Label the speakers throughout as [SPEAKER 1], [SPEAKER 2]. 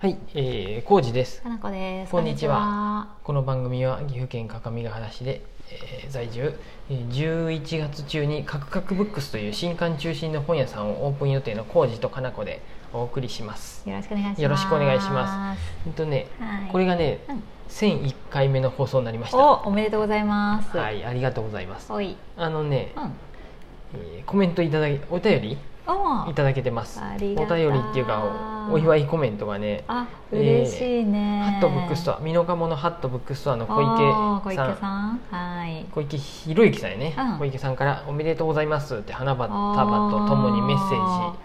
[SPEAKER 1] はい、えー、浩二です。
[SPEAKER 2] かなこです。
[SPEAKER 1] こんにちは。この番組は岐阜県各務原市で、えー在住、えー11月中にカクカクブックスという新刊中心の本屋さんをオープン予定の浩二とかなこでお送りします。
[SPEAKER 2] よろしくお願いします。
[SPEAKER 1] よろしくお願いしまほんとね、
[SPEAKER 2] はい。
[SPEAKER 1] これがね、
[SPEAKER 2] うん
[SPEAKER 1] 1001回目の放送になりました。
[SPEAKER 2] おおめでとうございます。
[SPEAKER 1] は。い、ありがとうございます。
[SPEAKER 2] おい。
[SPEAKER 1] あのね
[SPEAKER 2] う、ん。
[SPEAKER 1] えーコメントいただき、お便り
[SPEAKER 2] お
[SPEAKER 1] いただけてます。
[SPEAKER 2] あ
[SPEAKER 1] お
[SPEAKER 2] り
[SPEAKER 1] 便
[SPEAKER 2] がたい
[SPEAKER 1] りっていうか、おお祝いコメントがね、
[SPEAKER 2] あ
[SPEAKER 1] えー
[SPEAKER 2] 嬉しいね。
[SPEAKER 1] ハットブックストア、美濃鴨のハットブックストアの小
[SPEAKER 2] おー
[SPEAKER 1] 池
[SPEAKER 2] 小池
[SPEAKER 1] さん。
[SPEAKER 2] さん。はい。
[SPEAKER 1] 小池博之さんやね、
[SPEAKER 2] うん
[SPEAKER 1] 小池さんから「おめでとうございます」って花束とともにメッセージ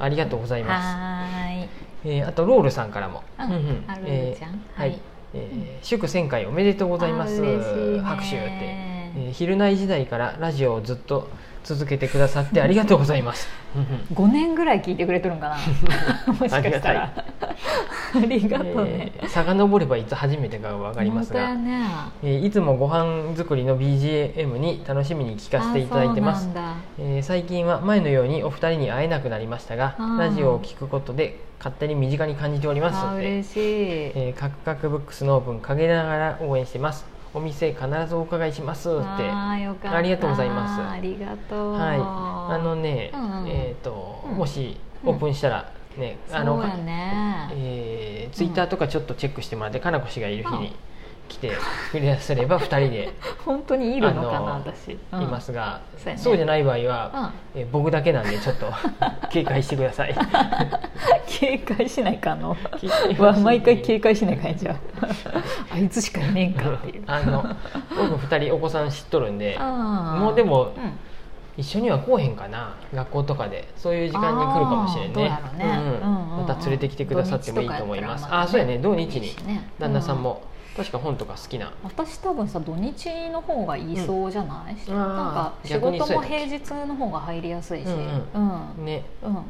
[SPEAKER 1] ありがとうございます
[SPEAKER 2] は
[SPEAKER 1] えーあとロールさんからも「
[SPEAKER 2] ーい。うん。ある
[SPEAKER 1] え
[SPEAKER 2] ちゃ
[SPEAKER 1] ー
[SPEAKER 2] ん。
[SPEAKER 1] はい。えー祝1000回おめでとうございます」
[SPEAKER 2] あ嬉しいね
[SPEAKER 1] 拍手って、えー昼内時代からラジオをずっと続けてくださ ってありがとうございます」うんうん
[SPEAKER 2] 五年ぐらい聞いてくれとるんかな。 もしかしたら。ありがとうね。
[SPEAKER 1] えー遡ればいつ初めてか分かりますが、
[SPEAKER 2] 本当やね。
[SPEAKER 1] えーいつもご飯作りの BGM に楽しみに聞かせていただいてま
[SPEAKER 2] あ
[SPEAKER 1] す
[SPEAKER 2] そうなんだ
[SPEAKER 1] えー最近は前のようにお二人に会えなくなりましたが、
[SPEAKER 2] うん
[SPEAKER 1] ラジオを聞くことで勝手に身近に感じております
[SPEAKER 2] あ
[SPEAKER 1] の
[SPEAKER 2] ー
[SPEAKER 1] で、
[SPEAKER 2] 嬉しい。
[SPEAKER 1] えー、カクカクブックスのオープン陰ながら応援してますお店必ずお伺いしますって
[SPEAKER 2] あーよかった
[SPEAKER 1] ありがとうございます
[SPEAKER 2] ありがとう
[SPEAKER 1] はいあのね、
[SPEAKER 2] うん
[SPEAKER 1] えっ、と、
[SPEAKER 2] うん
[SPEAKER 1] もし
[SPEAKER 2] うん
[SPEAKER 1] オープンしたらね、あの
[SPEAKER 2] そうやね
[SPEAKER 1] えー、ツイッターとかちょっとチェックしてもらって、かなこ氏がいる日
[SPEAKER 2] う
[SPEAKER 1] に
[SPEAKER 2] ん
[SPEAKER 1] 来てくれすれば2人で
[SPEAKER 2] 本当にいるのかな
[SPEAKER 1] あの
[SPEAKER 2] 私い
[SPEAKER 1] いますが、
[SPEAKER 2] そうやね
[SPEAKER 1] そうじゃない場合は、えー僕だけなんでちょっと警戒してください。
[SPEAKER 2] 警戒しないかの
[SPEAKER 1] 警戒は
[SPEAKER 2] わ
[SPEAKER 1] し ない
[SPEAKER 2] 毎回警戒しないかいじ ゃああいつしかいねえんかっていう
[SPEAKER 1] あの僕二人お子さん知っとるんで
[SPEAKER 2] あー
[SPEAKER 1] もうでも
[SPEAKER 2] うん
[SPEAKER 1] 一緒には来おへんかな学校とかでそういう時間に来るかもしれん
[SPEAKER 2] あーどう
[SPEAKER 1] ね
[SPEAKER 2] やろうね
[SPEAKER 1] う
[SPEAKER 2] うんうん
[SPEAKER 1] ん
[SPEAKER 2] うん
[SPEAKER 1] また連れてきてくださってもいいと思いますあ
[SPEAKER 2] 土日とかやったらまたね
[SPEAKER 1] ーそうやね土日
[SPEAKER 2] いい
[SPEAKER 1] に
[SPEAKER 2] しね
[SPEAKER 1] 旦那さんも確か本とか好きな
[SPEAKER 2] 私多分さ土日の方がいそうじゃない、
[SPEAKER 1] うん
[SPEAKER 2] なんか仕
[SPEAKER 1] 逆にそう
[SPEAKER 2] 事
[SPEAKER 1] や
[SPEAKER 2] も
[SPEAKER 1] ね
[SPEAKER 2] 平日の方が入りやすいし
[SPEAKER 1] う
[SPEAKER 2] うんんうん、
[SPEAKER 1] ね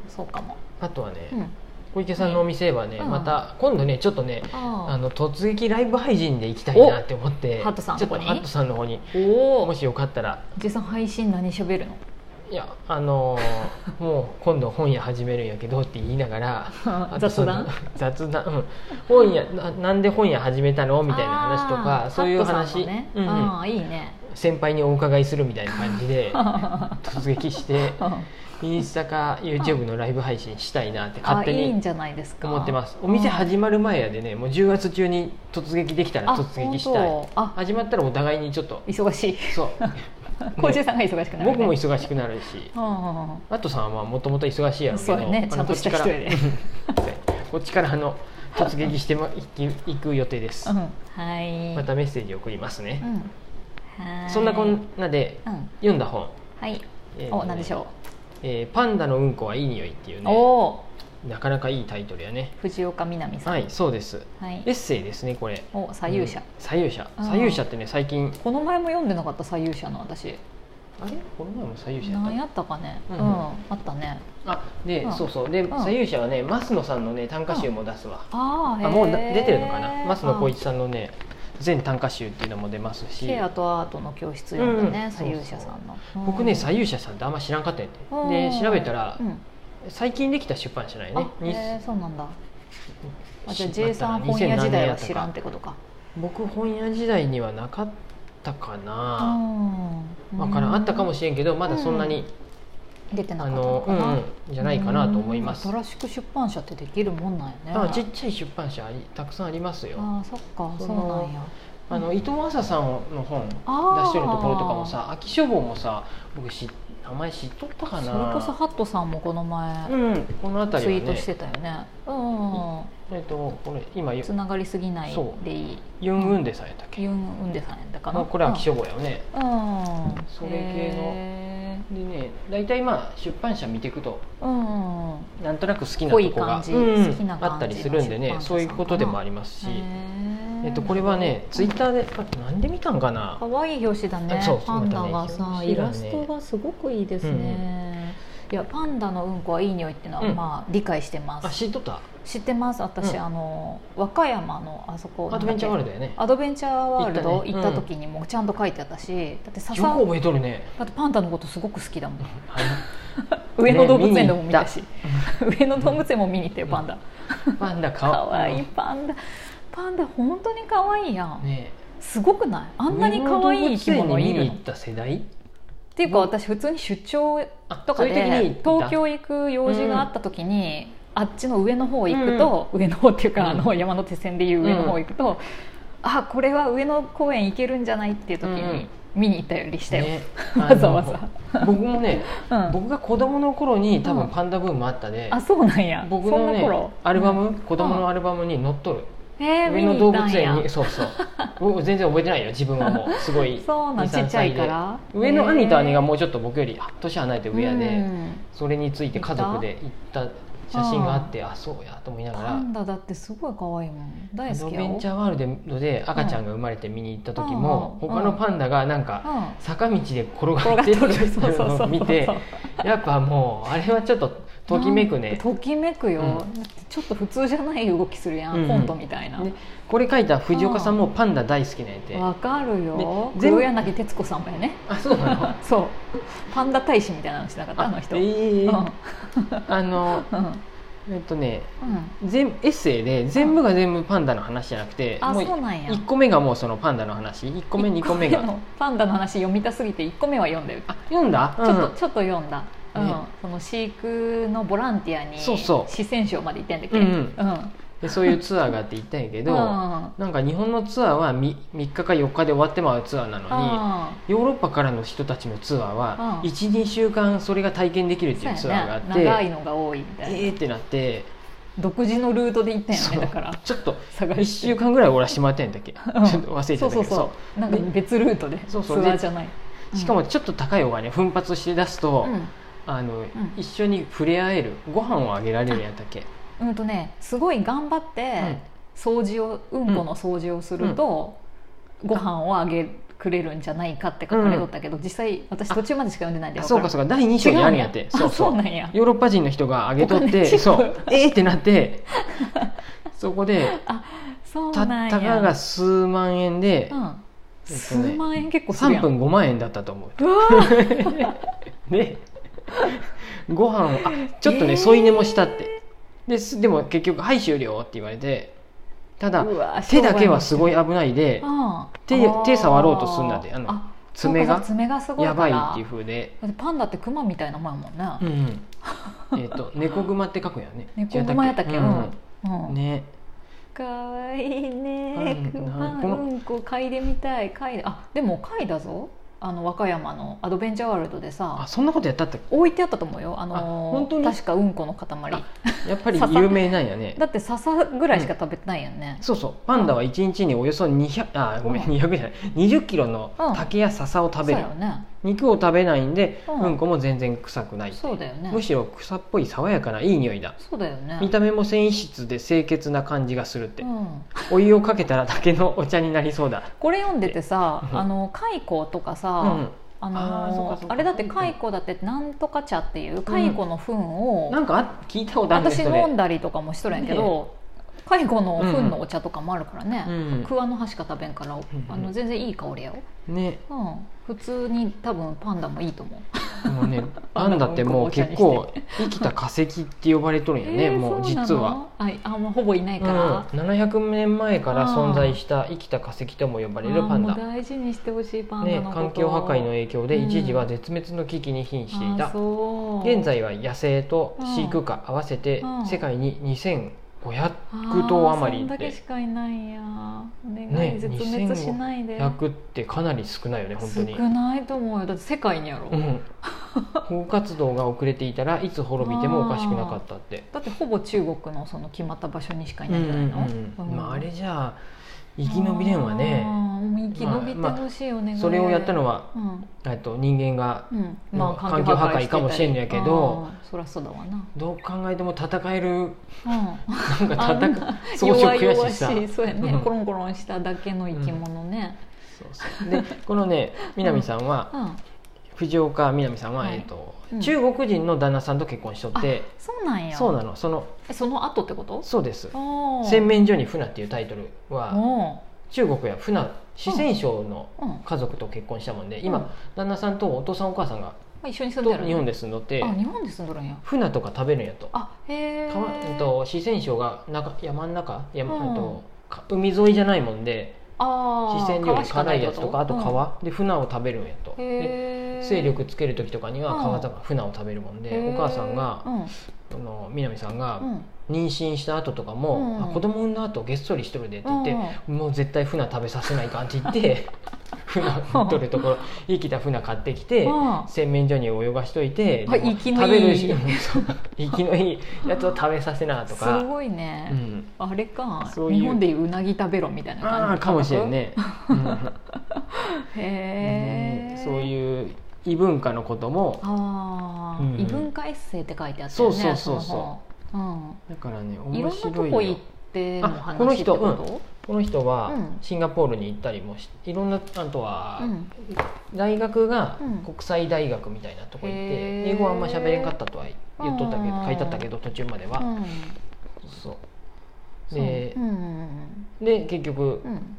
[SPEAKER 2] そうかも、
[SPEAKER 1] あとはね
[SPEAKER 2] うん、
[SPEAKER 1] 小池さんのお店はね
[SPEAKER 2] うん
[SPEAKER 1] また今度ねちょっとね
[SPEAKER 2] あー
[SPEAKER 1] あの突撃ライブ配信で行きたいなって思って
[SPEAKER 2] おハットさん
[SPEAKER 1] ちょ
[SPEAKER 2] の
[SPEAKER 1] っと
[SPEAKER 2] 方に
[SPEAKER 1] ハットさんの方に
[SPEAKER 2] お
[SPEAKER 1] も
[SPEAKER 2] お
[SPEAKER 1] しよかったら
[SPEAKER 2] 実際配信何 喋るの
[SPEAKER 1] いやあの ーもう今度本屋始めるんやけどって言いながらあとその
[SPEAKER 2] 雑談
[SPEAKER 1] 雑談、うん、本屋ななんで本屋始めたのみたいな話と
[SPEAKER 2] あ
[SPEAKER 1] か
[SPEAKER 2] ー
[SPEAKER 1] そういう
[SPEAKER 2] ハットさん
[SPEAKER 1] 話、
[SPEAKER 2] のね
[SPEAKER 1] うんうん
[SPEAKER 2] ああいい ね
[SPEAKER 1] 先輩にお伺いするみたいな感じで突撃 してインスタか YouTube のライブ配信したいなって
[SPEAKER 2] あ
[SPEAKER 1] 勝手
[SPEAKER 2] いいん
[SPEAKER 1] に
[SPEAKER 2] じゃないですか
[SPEAKER 1] 思ってますお店始まる前やでねもう10月中に突撃できたら
[SPEAKER 2] あ
[SPEAKER 1] 突撃したい
[SPEAKER 2] 本当あ
[SPEAKER 1] 始まったらお互いにちょっと
[SPEAKER 2] 忙しい
[SPEAKER 1] そう
[SPEAKER 2] 浩二さんが忙しくなる、ね、
[SPEAKER 1] 僕も忙しくなるし
[SPEAKER 2] も
[SPEAKER 1] あとさんはもともと忙しいやろけど
[SPEAKER 2] そうやね
[SPEAKER 1] あの
[SPEAKER 2] ちゃんとした人やで
[SPEAKER 1] こっちから こっちからあの突撃してま行き行く予定です、
[SPEAKER 2] うんはい
[SPEAKER 1] またメッセージ送ります
[SPEAKER 2] う
[SPEAKER 1] ね、
[SPEAKER 2] んはい
[SPEAKER 1] そんなこんなで
[SPEAKER 2] うん
[SPEAKER 1] 読んだ本
[SPEAKER 2] はい
[SPEAKER 1] 「えー
[SPEAKER 2] お何でしょ
[SPEAKER 1] えーパンダのうんこはいい匂い」っていう
[SPEAKER 2] う、
[SPEAKER 1] ね
[SPEAKER 2] おお
[SPEAKER 1] なかなかいいタイトルやね
[SPEAKER 2] 藤岡みなみさん
[SPEAKER 1] はいそうです
[SPEAKER 2] はい
[SPEAKER 1] エッセイですねこれ
[SPEAKER 2] お左右者、
[SPEAKER 1] うん左右者
[SPEAKER 2] うん
[SPEAKER 1] 左右者ってね最近
[SPEAKER 2] この前も読んでなかった左右者の私
[SPEAKER 1] あれこの前も左右者や
[SPEAKER 2] 何
[SPEAKER 1] っ
[SPEAKER 2] やったかね
[SPEAKER 1] う
[SPEAKER 2] うんん、
[SPEAKER 1] うん
[SPEAKER 2] あったね
[SPEAKER 1] たあで、
[SPEAKER 2] うん
[SPEAKER 1] そうそうで、
[SPEAKER 2] ん
[SPEAKER 1] 左右者はね増野さんのね短歌集も出すわ、
[SPEAKER 2] あーへー
[SPEAKER 1] あ
[SPEAKER 2] あ
[SPEAKER 1] もうな出てるのかな松野浩一
[SPEAKER 2] ー
[SPEAKER 1] さんのね全短歌集っていうのも出ますし
[SPEAKER 2] シェアとアートの教室読んだね、
[SPEAKER 1] うん
[SPEAKER 2] 左右者さんの
[SPEAKER 1] 僕ね左
[SPEAKER 2] 左
[SPEAKER 1] 右者さんってあんま知らんかったん
[SPEAKER 2] うん
[SPEAKER 1] やで調べたら
[SPEAKER 2] うん
[SPEAKER 1] 最近できた出版社なんや
[SPEAKER 2] あ
[SPEAKER 1] ね、
[SPEAKER 2] へ
[SPEAKER 1] に
[SPEAKER 2] えそうなんだあじ
[SPEAKER 1] し
[SPEAKER 2] ゃあ
[SPEAKER 1] ま
[SPEAKER 2] J
[SPEAKER 1] った
[SPEAKER 2] さ
[SPEAKER 1] なん
[SPEAKER 2] 本屋時代は
[SPEAKER 1] 2007
[SPEAKER 2] 知らんってことか
[SPEAKER 1] 僕本屋時代にはなかったかな
[SPEAKER 2] わ
[SPEAKER 1] 分からんあったかもしれんけどまだそんなに、
[SPEAKER 2] 出てな
[SPEAKER 1] あ
[SPEAKER 2] かった
[SPEAKER 1] の
[SPEAKER 2] の
[SPEAKER 1] う
[SPEAKER 2] か
[SPEAKER 1] ん
[SPEAKER 2] な、
[SPEAKER 1] うんじゃないかなと思います
[SPEAKER 2] うん新しく出版社ってできるもんなんやね
[SPEAKER 1] あちっちゃい出版社ありたくさんありますよ
[SPEAKER 2] あーそっか
[SPEAKER 1] そ
[SPEAKER 2] そう
[SPEAKER 1] の
[SPEAKER 2] なんや
[SPEAKER 1] あの伊藤麻さんの本出
[SPEAKER 2] あー
[SPEAKER 1] してるところとかもさ秋書房もさ僕知っ名前知っとったか
[SPEAKER 2] それ
[SPEAKER 1] な
[SPEAKER 2] こそハットさんもこの前、
[SPEAKER 1] うんこの辺
[SPEAKER 2] ツイ
[SPEAKER 1] り
[SPEAKER 2] ー
[SPEAKER 1] は
[SPEAKER 2] ト
[SPEAKER 1] ね
[SPEAKER 2] してたよねうん、
[SPEAKER 1] えっとこれ今ユ
[SPEAKER 2] つながりすぎない
[SPEAKER 1] そう
[SPEAKER 2] でいい
[SPEAKER 1] ユンウンデさんやったっけ、
[SPEAKER 2] ユン・ウンデさんやったか
[SPEAKER 1] ま
[SPEAKER 2] な
[SPEAKER 1] あ、これは気象簿やよね、
[SPEAKER 2] うん、うん、
[SPEAKER 1] それ系の
[SPEAKER 2] へ
[SPEAKER 1] でね大体まあ出版社見ていくと
[SPEAKER 2] ーうん
[SPEAKER 1] なんとなく好きなとこ
[SPEAKER 2] 濃い
[SPEAKER 1] が
[SPEAKER 2] 感、じ
[SPEAKER 1] うん
[SPEAKER 2] 好きな感じの
[SPEAKER 1] あったりするんで
[SPEAKER 2] 出
[SPEAKER 1] ね
[SPEAKER 2] 版社
[SPEAKER 1] そういうことでもありますし、えっと、これはねツイッ
[SPEAKER 2] ー
[SPEAKER 1] ターであなんで見たんかな
[SPEAKER 2] 可愛い表紙だね
[SPEAKER 1] あそう
[SPEAKER 2] パンダが
[SPEAKER 1] ま
[SPEAKER 2] さ、
[SPEAKER 1] たね
[SPEAKER 2] イラストがすごくいいですね、いやパンダのうんこはいい匂いっていうのは、
[SPEAKER 1] うん
[SPEAKER 2] まあ理解してま
[SPEAKER 1] あ
[SPEAKER 2] す
[SPEAKER 1] 知っとった
[SPEAKER 2] 知ってます私、
[SPEAKER 1] うん
[SPEAKER 2] あの和歌山のあそこ
[SPEAKER 1] アドベンチャーワー
[SPEAKER 2] ル
[SPEAKER 1] ルドやね
[SPEAKER 2] ドアドベンチャーワール
[SPEAKER 1] 行
[SPEAKER 2] ド
[SPEAKER 1] ったね
[SPEAKER 2] 行った時にもちゃんと書いてあったし、だって
[SPEAKER 1] よく
[SPEAKER 2] 笹
[SPEAKER 1] 覚えとるね
[SPEAKER 2] だってパンダのことすごく好きだもん
[SPEAKER 1] あの
[SPEAKER 2] 上野動物園でも見たし、 上野動物園も見に行ったよパンダ、
[SPEAKER 1] パンダか
[SPEAKER 2] 可愛かわいいパンダパンダ本当にかわいいやん、
[SPEAKER 1] ね
[SPEAKER 2] すごくないあんなにかわいい生き物い
[SPEAKER 1] 上野動物園に見
[SPEAKER 2] る
[SPEAKER 1] に
[SPEAKER 2] の
[SPEAKER 1] 行った世代
[SPEAKER 2] っていうか私普通に出張
[SPEAKER 1] あ
[SPEAKER 2] とか
[SPEAKER 1] そういう時に行
[SPEAKER 2] で
[SPEAKER 1] った
[SPEAKER 2] 東京行く用事があった時に、あっちの上の方行くと、上の方っていうか、あの
[SPEAKER 1] う
[SPEAKER 2] 山手線でいう上の方行くと、あこれは上野公園行けるんじゃないっていう時
[SPEAKER 1] うん
[SPEAKER 2] に見に行ったりしたよ、
[SPEAKER 1] ね
[SPEAKER 2] わざわざ、
[SPEAKER 1] あの僕もね
[SPEAKER 2] うん、
[SPEAKER 1] 僕が子供の頃に多
[SPEAKER 2] う
[SPEAKER 1] 分
[SPEAKER 2] ん
[SPEAKER 1] パンダブームあったで、
[SPEAKER 2] あそうなんや
[SPEAKER 1] 僕
[SPEAKER 2] そ
[SPEAKER 1] の
[SPEAKER 2] んな
[SPEAKER 1] ね
[SPEAKER 2] 頃
[SPEAKER 1] アルバム、子供のアルバムに載っとる、
[SPEAKER 2] えー、
[SPEAKER 1] 上
[SPEAKER 2] 見
[SPEAKER 1] 野
[SPEAKER 2] に行
[SPEAKER 1] 動
[SPEAKER 2] った
[SPEAKER 1] 物
[SPEAKER 2] んや
[SPEAKER 1] 園にそうそう僕全然覚えてないよ自分はもう すごい
[SPEAKER 2] そうなん
[SPEAKER 1] 2
[SPEAKER 2] ちっちゃいから
[SPEAKER 1] 3歳で上の兄と姉が
[SPEAKER 2] も
[SPEAKER 1] もうちょっと僕より8年離れて上やで、それについて家族で行った写真があってあそうやと思いなが
[SPEAKER 2] パ
[SPEAKER 1] ら
[SPEAKER 2] ンダだってすごい可愛いもん
[SPEAKER 1] ア
[SPEAKER 2] 大
[SPEAKER 1] ド
[SPEAKER 2] 好き
[SPEAKER 1] ベ
[SPEAKER 2] や
[SPEAKER 1] ンチャーワールドで赤ちゃんが生まれて見に行った時も、
[SPEAKER 2] うん
[SPEAKER 1] 他のパンダがなんか
[SPEAKER 2] うん
[SPEAKER 1] 坂道で転
[SPEAKER 2] 転が
[SPEAKER 1] が
[SPEAKER 2] っ
[SPEAKER 1] ってて
[SPEAKER 2] る
[SPEAKER 1] る
[SPEAKER 2] そうそう
[SPEAKER 1] の
[SPEAKER 2] そ
[SPEAKER 1] を
[SPEAKER 2] う
[SPEAKER 1] 見てやっぱもうあれはちょっとときめくね
[SPEAKER 2] ときめくよ、
[SPEAKER 1] うん
[SPEAKER 2] だってちょっと普通じゃない動きするやん、
[SPEAKER 1] うんうん
[SPEAKER 2] コントみたいなわ、
[SPEAKER 1] ねこれ書いた藤岡さんもパンダ大好きなんやて
[SPEAKER 2] かるよ
[SPEAKER 1] で全部
[SPEAKER 2] 黒柳徹子さんもやね
[SPEAKER 1] あそうなの
[SPEAKER 2] そうパンダ大使みたいなのしてなかったあの人、
[SPEAKER 1] ええ
[SPEAKER 2] うん
[SPEAKER 1] あの
[SPEAKER 2] うん
[SPEAKER 1] えっとね
[SPEAKER 2] うん
[SPEAKER 1] 全エッセイで全部が全部パンダの話じゃなくて
[SPEAKER 2] あ
[SPEAKER 1] もう
[SPEAKER 2] そうなんや
[SPEAKER 1] 1個目がもうそのパンダの話1個目2個目
[SPEAKER 2] 一
[SPEAKER 1] が
[SPEAKER 2] のパンダの話読みたすぎて1個目は読んだよ、
[SPEAKER 1] あ読んだ
[SPEAKER 2] ちょっと
[SPEAKER 1] うん
[SPEAKER 2] ちょっと読んだ、うん
[SPEAKER 1] ね
[SPEAKER 2] その飼育のボランティアに
[SPEAKER 1] そうそう
[SPEAKER 2] 四川省まで行ってんだっけ
[SPEAKER 1] うんうん
[SPEAKER 2] うん
[SPEAKER 1] でそういうツアーがあって行ったんやけど、
[SPEAKER 2] うん
[SPEAKER 1] なんか日本のツアーは 3, 日か4日で終わってまうツアーなのに
[SPEAKER 2] あ
[SPEAKER 1] ヨーロッパからの人たちのツアーは
[SPEAKER 2] うん
[SPEAKER 1] 12週間それが体験できるっ
[SPEAKER 2] ー
[SPEAKER 1] ていう
[SPEAKER 2] そ
[SPEAKER 1] ツ
[SPEAKER 2] う
[SPEAKER 1] アー
[SPEAKER 2] や
[SPEAKER 1] があ
[SPEAKER 2] ね
[SPEAKER 1] って、
[SPEAKER 2] 長いのが多いみたいな、
[SPEAKER 1] えーってなって
[SPEAKER 2] 独自のルートで行ったんや
[SPEAKER 1] そ
[SPEAKER 2] ね
[SPEAKER 1] う
[SPEAKER 2] だから
[SPEAKER 1] ちょっと
[SPEAKER 2] 探して
[SPEAKER 1] 1週間ぐらいおらしてもらってんだっけ、
[SPEAKER 2] ん
[SPEAKER 1] ちょっと忘れてた
[SPEAKER 2] そ
[SPEAKER 1] んだ
[SPEAKER 2] うそ
[SPEAKER 1] け
[SPEAKER 2] う
[SPEAKER 1] ど
[SPEAKER 2] そうなんか
[SPEAKER 1] で
[SPEAKER 2] 別ルートで
[SPEAKER 1] そうそう
[SPEAKER 2] ツアー
[SPEAKER 1] で
[SPEAKER 2] じゃない
[SPEAKER 1] しかもちょっと高いお金奮発して出す
[SPEAKER 2] う
[SPEAKER 1] と、
[SPEAKER 2] ん、
[SPEAKER 1] あの一緒に触れ合えるご飯をあげられるんやったっけ、
[SPEAKER 2] うん、うんとねすごい頑張って掃除をうんこの掃除をすると、ご飯をあげくれるんじゃないかって書かれとったけど、実際私途中までしか読んでないんで
[SPEAKER 1] あ
[SPEAKER 2] わ
[SPEAKER 1] そう
[SPEAKER 2] ら
[SPEAKER 1] か
[SPEAKER 2] ん
[SPEAKER 1] そうか第2章にあるんやって
[SPEAKER 2] 違うんやあそうなんや
[SPEAKER 1] ヨーロッパ人の人があげとっ
[SPEAKER 2] お金
[SPEAKER 1] て
[SPEAKER 2] チップ
[SPEAKER 1] そうえーってなって そこで
[SPEAKER 2] そう
[SPEAKER 1] た
[SPEAKER 2] なんや
[SPEAKER 1] たかが数万円で、
[SPEAKER 2] うん
[SPEAKER 1] えっとね
[SPEAKER 2] 数万円結構するや
[SPEAKER 1] 3
[SPEAKER 2] ん
[SPEAKER 1] 分5万円だったと思
[SPEAKER 2] うわー
[SPEAKER 1] うねご飯をあちょっとね、
[SPEAKER 2] えー
[SPEAKER 1] 添い寝もしたってですでも結局「はい終了」って言われてただ
[SPEAKER 2] うわ
[SPEAKER 1] 手だけはすごい危ないで
[SPEAKER 2] うん
[SPEAKER 1] 手
[SPEAKER 2] あー
[SPEAKER 1] 手触ろうとすんだってあの
[SPEAKER 2] あ
[SPEAKER 1] 爪が
[SPEAKER 2] そうか爪がすごい
[SPEAKER 1] や
[SPEAKER 2] か
[SPEAKER 1] ば
[SPEAKER 2] ら
[SPEAKER 1] いっていうふうで、
[SPEAKER 2] だってパンダってクマみたいなもんやもんな、
[SPEAKER 1] うんうんえっと猫熊って書くんやね
[SPEAKER 2] 猫熊やったっけ
[SPEAKER 1] 違うん
[SPEAKER 2] うんうん
[SPEAKER 1] ね
[SPEAKER 2] かわいいね
[SPEAKER 1] うん
[SPEAKER 2] クマ
[SPEAKER 1] この
[SPEAKER 2] うんこ嗅いでみたい嗅いであでも嗅いだぞあの和歌山のアドベンチャーワールドで
[SPEAKER 1] あ
[SPEAKER 2] さ
[SPEAKER 1] そんなことやったって
[SPEAKER 2] 置いてあったと思うよあ
[SPEAKER 1] あ
[SPEAKER 2] の
[SPEAKER 1] 本当に
[SPEAKER 2] 確かうんこの塊
[SPEAKER 1] やっぱり有名なんやね
[SPEAKER 2] だって笹ぐらいしか食べてないよね、
[SPEAKER 1] そうそうパンダは1日におよそ200あごめん
[SPEAKER 2] うん
[SPEAKER 1] 200じゃない20キロの
[SPEAKER 2] うん
[SPEAKER 1] 竹や笹を食べる
[SPEAKER 2] そうよね
[SPEAKER 1] 肉を食べないんで
[SPEAKER 2] うん
[SPEAKER 1] うんこも全然臭くない
[SPEAKER 2] そうだよね
[SPEAKER 1] むしろ草っぽい爽やかないい匂いだ
[SPEAKER 2] そうだよね
[SPEAKER 1] 見た目も繊維質で清潔な感じがするって
[SPEAKER 2] うん、
[SPEAKER 1] お湯をかけたら竹のお茶になりそうだ
[SPEAKER 2] これ読んでてさ
[SPEAKER 1] うん
[SPEAKER 2] あの蚕とかさ、
[SPEAKER 1] う
[SPEAKER 2] あ
[SPEAKER 1] あーそう
[SPEAKER 2] の
[SPEAKER 1] か
[SPEAKER 2] あ
[SPEAKER 1] そうか
[SPEAKER 2] れだって蚕だってなんとか茶っていう蚕の糞を、
[SPEAKER 1] んなんかあ聞いたことあるんです
[SPEAKER 2] 私
[SPEAKER 1] そ
[SPEAKER 2] 飲
[SPEAKER 1] れ
[SPEAKER 2] んだりとかもしとるんやけど蚕の糞のお茶とかもあるからね、
[SPEAKER 1] うん
[SPEAKER 2] 桑の葉しか食べんから、あの全然いい香りやよ、
[SPEAKER 1] ね
[SPEAKER 2] うん、普通に多分パンダもいいと思う
[SPEAKER 1] もう ねパンダってもう結構生きた化石って呼ばれとるんやね
[SPEAKER 2] えー
[SPEAKER 1] もう
[SPEAKER 2] そなの
[SPEAKER 1] 実は
[SPEAKER 2] ああもうほぼいないから、
[SPEAKER 1] うん、700年前から存在した生きた化石とも呼ばれるパン
[SPEAKER 2] あーも
[SPEAKER 1] ダ、
[SPEAKER 2] う大事にしてほしいパンダ
[SPEAKER 1] ね
[SPEAKER 2] のこと、、
[SPEAKER 1] 環境破壊の影響で
[SPEAKER 2] うん
[SPEAKER 1] 一時は絶滅の危機に瀕してい
[SPEAKER 2] あー
[SPEAKER 1] た、
[SPEAKER 2] そう
[SPEAKER 1] 現在は野生と飼育下合わせて
[SPEAKER 2] うん
[SPEAKER 1] 世界に2500
[SPEAKER 2] あー
[SPEAKER 1] 頭余り
[SPEAKER 2] そんだけ
[SPEAKER 1] で
[SPEAKER 2] しかいないんやお願い、
[SPEAKER 1] ね
[SPEAKER 2] 絶滅しないで
[SPEAKER 1] 100ってかなり少ないよね本当に
[SPEAKER 2] 少ないと思うよだって世界にやろ、
[SPEAKER 1] うん 保護活動が遅れていたらいつ滅びてもおかしくなかったって
[SPEAKER 2] だってほぼ中国のその決まった場所にしかい
[SPEAKER 1] うん
[SPEAKER 2] な
[SPEAKER 1] う
[SPEAKER 2] い
[SPEAKER 1] ん
[SPEAKER 2] んじゃないの、
[SPEAKER 1] う
[SPEAKER 2] うんん
[SPEAKER 1] まああれじゃあ生き延びれんわね
[SPEAKER 2] あーもう生き延びてほしいよね、
[SPEAKER 1] それをやったのは
[SPEAKER 2] うん、
[SPEAKER 1] えっと人間が
[SPEAKER 2] うん
[SPEAKER 1] まあ環境破壊かもしれんのやけど
[SPEAKER 2] あーそりゃそうだわな、
[SPEAKER 1] どう考えても戦える
[SPEAKER 2] う
[SPEAKER 1] なんか
[SPEAKER 2] あん
[SPEAKER 1] 戦
[SPEAKER 2] な
[SPEAKER 1] う
[SPEAKER 2] ん、
[SPEAKER 1] 装飾や
[SPEAKER 2] 弱々
[SPEAKER 1] しさ
[SPEAKER 2] しいそうやね、
[SPEAKER 1] うん
[SPEAKER 2] コロンコロンしただけの生き物ね、
[SPEAKER 1] そうそうでこのね南さんは、
[SPEAKER 2] うん
[SPEAKER 1] 藤岡南さんは、
[SPEAKER 2] は
[SPEAKER 1] え
[SPEAKER 2] い
[SPEAKER 1] っと
[SPEAKER 2] うん
[SPEAKER 1] 中国人の旦那さんと結婚しとって
[SPEAKER 2] そうなんや
[SPEAKER 1] そうなのその
[SPEAKER 2] えその後ってこと
[SPEAKER 1] そうです「
[SPEAKER 2] おー
[SPEAKER 1] 洗面所に船」っていうタイトルは
[SPEAKER 2] お
[SPEAKER 1] 中国や船四川省の
[SPEAKER 2] ーうん
[SPEAKER 1] 家族と結婚したもんで
[SPEAKER 2] うん
[SPEAKER 1] 今旦那さんとお父さんお母さんが
[SPEAKER 2] あ、一緒に住んで
[SPEAKER 1] と
[SPEAKER 2] る
[SPEAKER 1] 日本で住んどって
[SPEAKER 2] あ日本で住んどるんや
[SPEAKER 1] 船とか食べるんやと
[SPEAKER 2] あへえ
[SPEAKER 1] たまえっと、四川省が中山の中山、
[SPEAKER 2] うん
[SPEAKER 1] えっとか海沿いじゃないもんで
[SPEAKER 2] あ
[SPEAKER 1] 四
[SPEAKER 2] ー
[SPEAKER 1] 川料理辛いやつとかあと
[SPEAKER 2] 川し
[SPEAKER 1] 川、で船を食べるんやと
[SPEAKER 2] かない
[SPEAKER 1] で
[SPEAKER 2] ってことうんへえ
[SPEAKER 1] 勢力つける時とかには川魚、船を食べるもんで
[SPEAKER 2] へー
[SPEAKER 1] お母さんが
[SPEAKER 2] う、ん
[SPEAKER 1] あの南さんが
[SPEAKER 2] うん
[SPEAKER 1] 妊娠した後とかも、
[SPEAKER 2] うん
[SPEAKER 1] あ子供産んだ後げっそりしとるでって言って、もう絶対船食べさせないかんって言って 船取るところ生きた船買ってきて、
[SPEAKER 2] うん
[SPEAKER 1] 洗面所に泳がしといて、
[SPEAKER 2] あ
[SPEAKER 1] でも
[SPEAKER 2] 生きのいい
[SPEAKER 1] 食べるし そう生きのいいやつを食べさせなとか
[SPEAKER 2] すごいうね、
[SPEAKER 1] ん、
[SPEAKER 2] あれか
[SPEAKER 1] そういう
[SPEAKER 2] 日本でいううなぎ食べろみたいな
[SPEAKER 1] ああ
[SPEAKER 2] 感じ
[SPEAKER 1] かもしれんね、うん
[SPEAKER 2] へえ、
[SPEAKER 1] そういう異文化のことも
[SPEAKER 2] ああ、
[SPEAKER 1] うん
[SPEAKER 2] 異文化エッセイって書いてあったよ
[SPEAKER 1] そ
[SPEAKER 2] ね
[SPEAKER 1] うそうそうそう
[SPEAKER 2] その
[SPEAKER 1] だからね
[SPEAKER 2] 本、うん、い
[SPEAKER 1] 面
[SPEAKER 2] ろんなと
[SPEAKER 1] 白い
[SPEAKER 2] こ
[SPEAKER 1] よ
[SPEAKER 2] 行っての
[SPEAKER 1] あ
[SPEAKER 2] 話
[SPEAKER 1] この人
[SPEAKER 2] ってこと、
[SPEAKER 1] この人は
[SPEAKER 2] うん
[SPEAKER 1] シンガポールに行ったりもしいろんなあとは
[SPEAKER 2] うん
[SPEAKER 1] 大学が
[SPEAKER 2] うん
[SPEAKER 1] 国際大学みたいなとこ行って、
[SPEAKER 2] へー
[SPEAKER 1] 英語はあんま喋れんかったとは言っとったけ
[SPEAKER 2] う
[SPEAKER 1] ど
[SPEAKER 2] ん
[SPEAKER 1] 書いてあったけど途中までは、
[SPEAKER 2] うん
[SPEAKER 1] そう
[SPEAKER 2] そう
[SPEAKER 1] で,、
[SPEAKER 2] うんうん
[SPEAKER 1] で結局
[SPEAKER 2] うんうん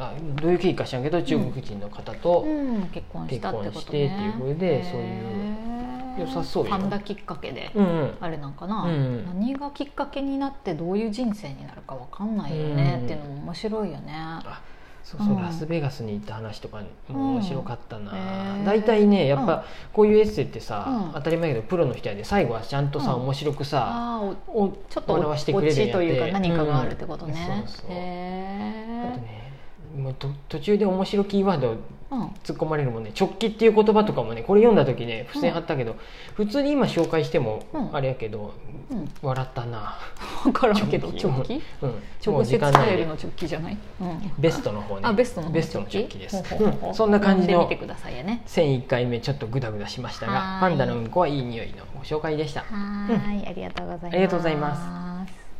[SPEAKER 1] あどういう経緯か知らんけど中国人の方と、
[SPEAKER 2] うん、結婚したってことね
[SPEAKER 1] 結婚してっていうふうでそういう
[SPEAKER 2] へー
[SPEAKER 1] 良さそうよ
[SPEAKER 2] パンダきっかけで、
[SPEAKER 1] うんうん
[SPEAKER 2] あれなんかな、
[SPEAKER 1] うん
[SPEAKER 2] 何がきっかけになってどういう人生になるかわかんないよね、
[SPEAKER 1] うん
[SPEAKER 2] っていうのも面白いよね
[SPEAKER 1] そうそう、
[SPEAKER 2] うん
[SPEAKER 1] ラスベガスに行った話とか
[SPEAKER 2] うん
[SPEAKER 1] も面白かったな、
[SPEAKER 2] へー
[SPEAKER 1] 大体ねやっ
[SPEAKER 2] うん
[SPEAKER 1] ぱこういうエッセイってさ、
[SPEAKER 2] うん
[SPEAKER 1] 当たり前やけどプロの人やで最後はちゃんとさ、
[SPEAKER 2] うん
[SPEAKER 1] 面白くさ、
[SPEAKER 2] ああお
[SPEAKER 1] お
[SPEAKER 2] ちょっと
[SPEAKER 1] 笑わ
[SPEAKER 2] 落
[SPEAKER 1] し
[SPEAKER 2] ち
[SPEAKER 1] てくれるんやって
[SPEAKER 2] というか何かがあるってことね、
[SPEAKER 1] うんそうそうあと
[SPEAKER 2] へえ
[SPEAKER 1] ねもうと途中で面白キーワード
[SPEAKER 2] うん
[SPEAKER 1] 突っ込まれるもんね直帰っていう言葉とかもねこれ読んだ時ね付箋貼ったけど、普通に今紹介しても
[SPEAKER 2] うん
[SPEAKER 1] あれやけど、
[SPEAKER 2] うん
[SPEAKER 1] 笑ったな、
[SPEAKER 2] 分からんけど
[SPEAKER 1] 直帰
[SPEAKER 2] 直帰
[SPEAKER 1] うん、も
[SPEAKER 2] 直
[SPEAKER 1] う時
[SPEAKER 2] 接
[SPEAKER 1] 間
[SPEAKER 2] 伝
[SPEAKER 1] ない
[SPEAKER 2] えるの
[SPEAKER 1] で
[SPEAKER 2] 直帰じゃない、うん、
[SPEAKER 1] ベストの方ね
[SPEAKER 2] あベストの
[SPEAKER 1] ベストの直帰です
[SPEAKER 2] ほうほうほう
[SPEAKER 1] うんそんな感じの
[SPEAKER 2] 読んでみてくださいやね
[SPEAKER 1] 1001回目ちょっとグダグダしましたが
[SPEAKER 2] はーい
[SPEAKER 1] パンダのうんこはいい匂いのご紹介でした
[SPEAKER 2] はーい、ありがとうございます
[SPEAKER 1] ありがとうございます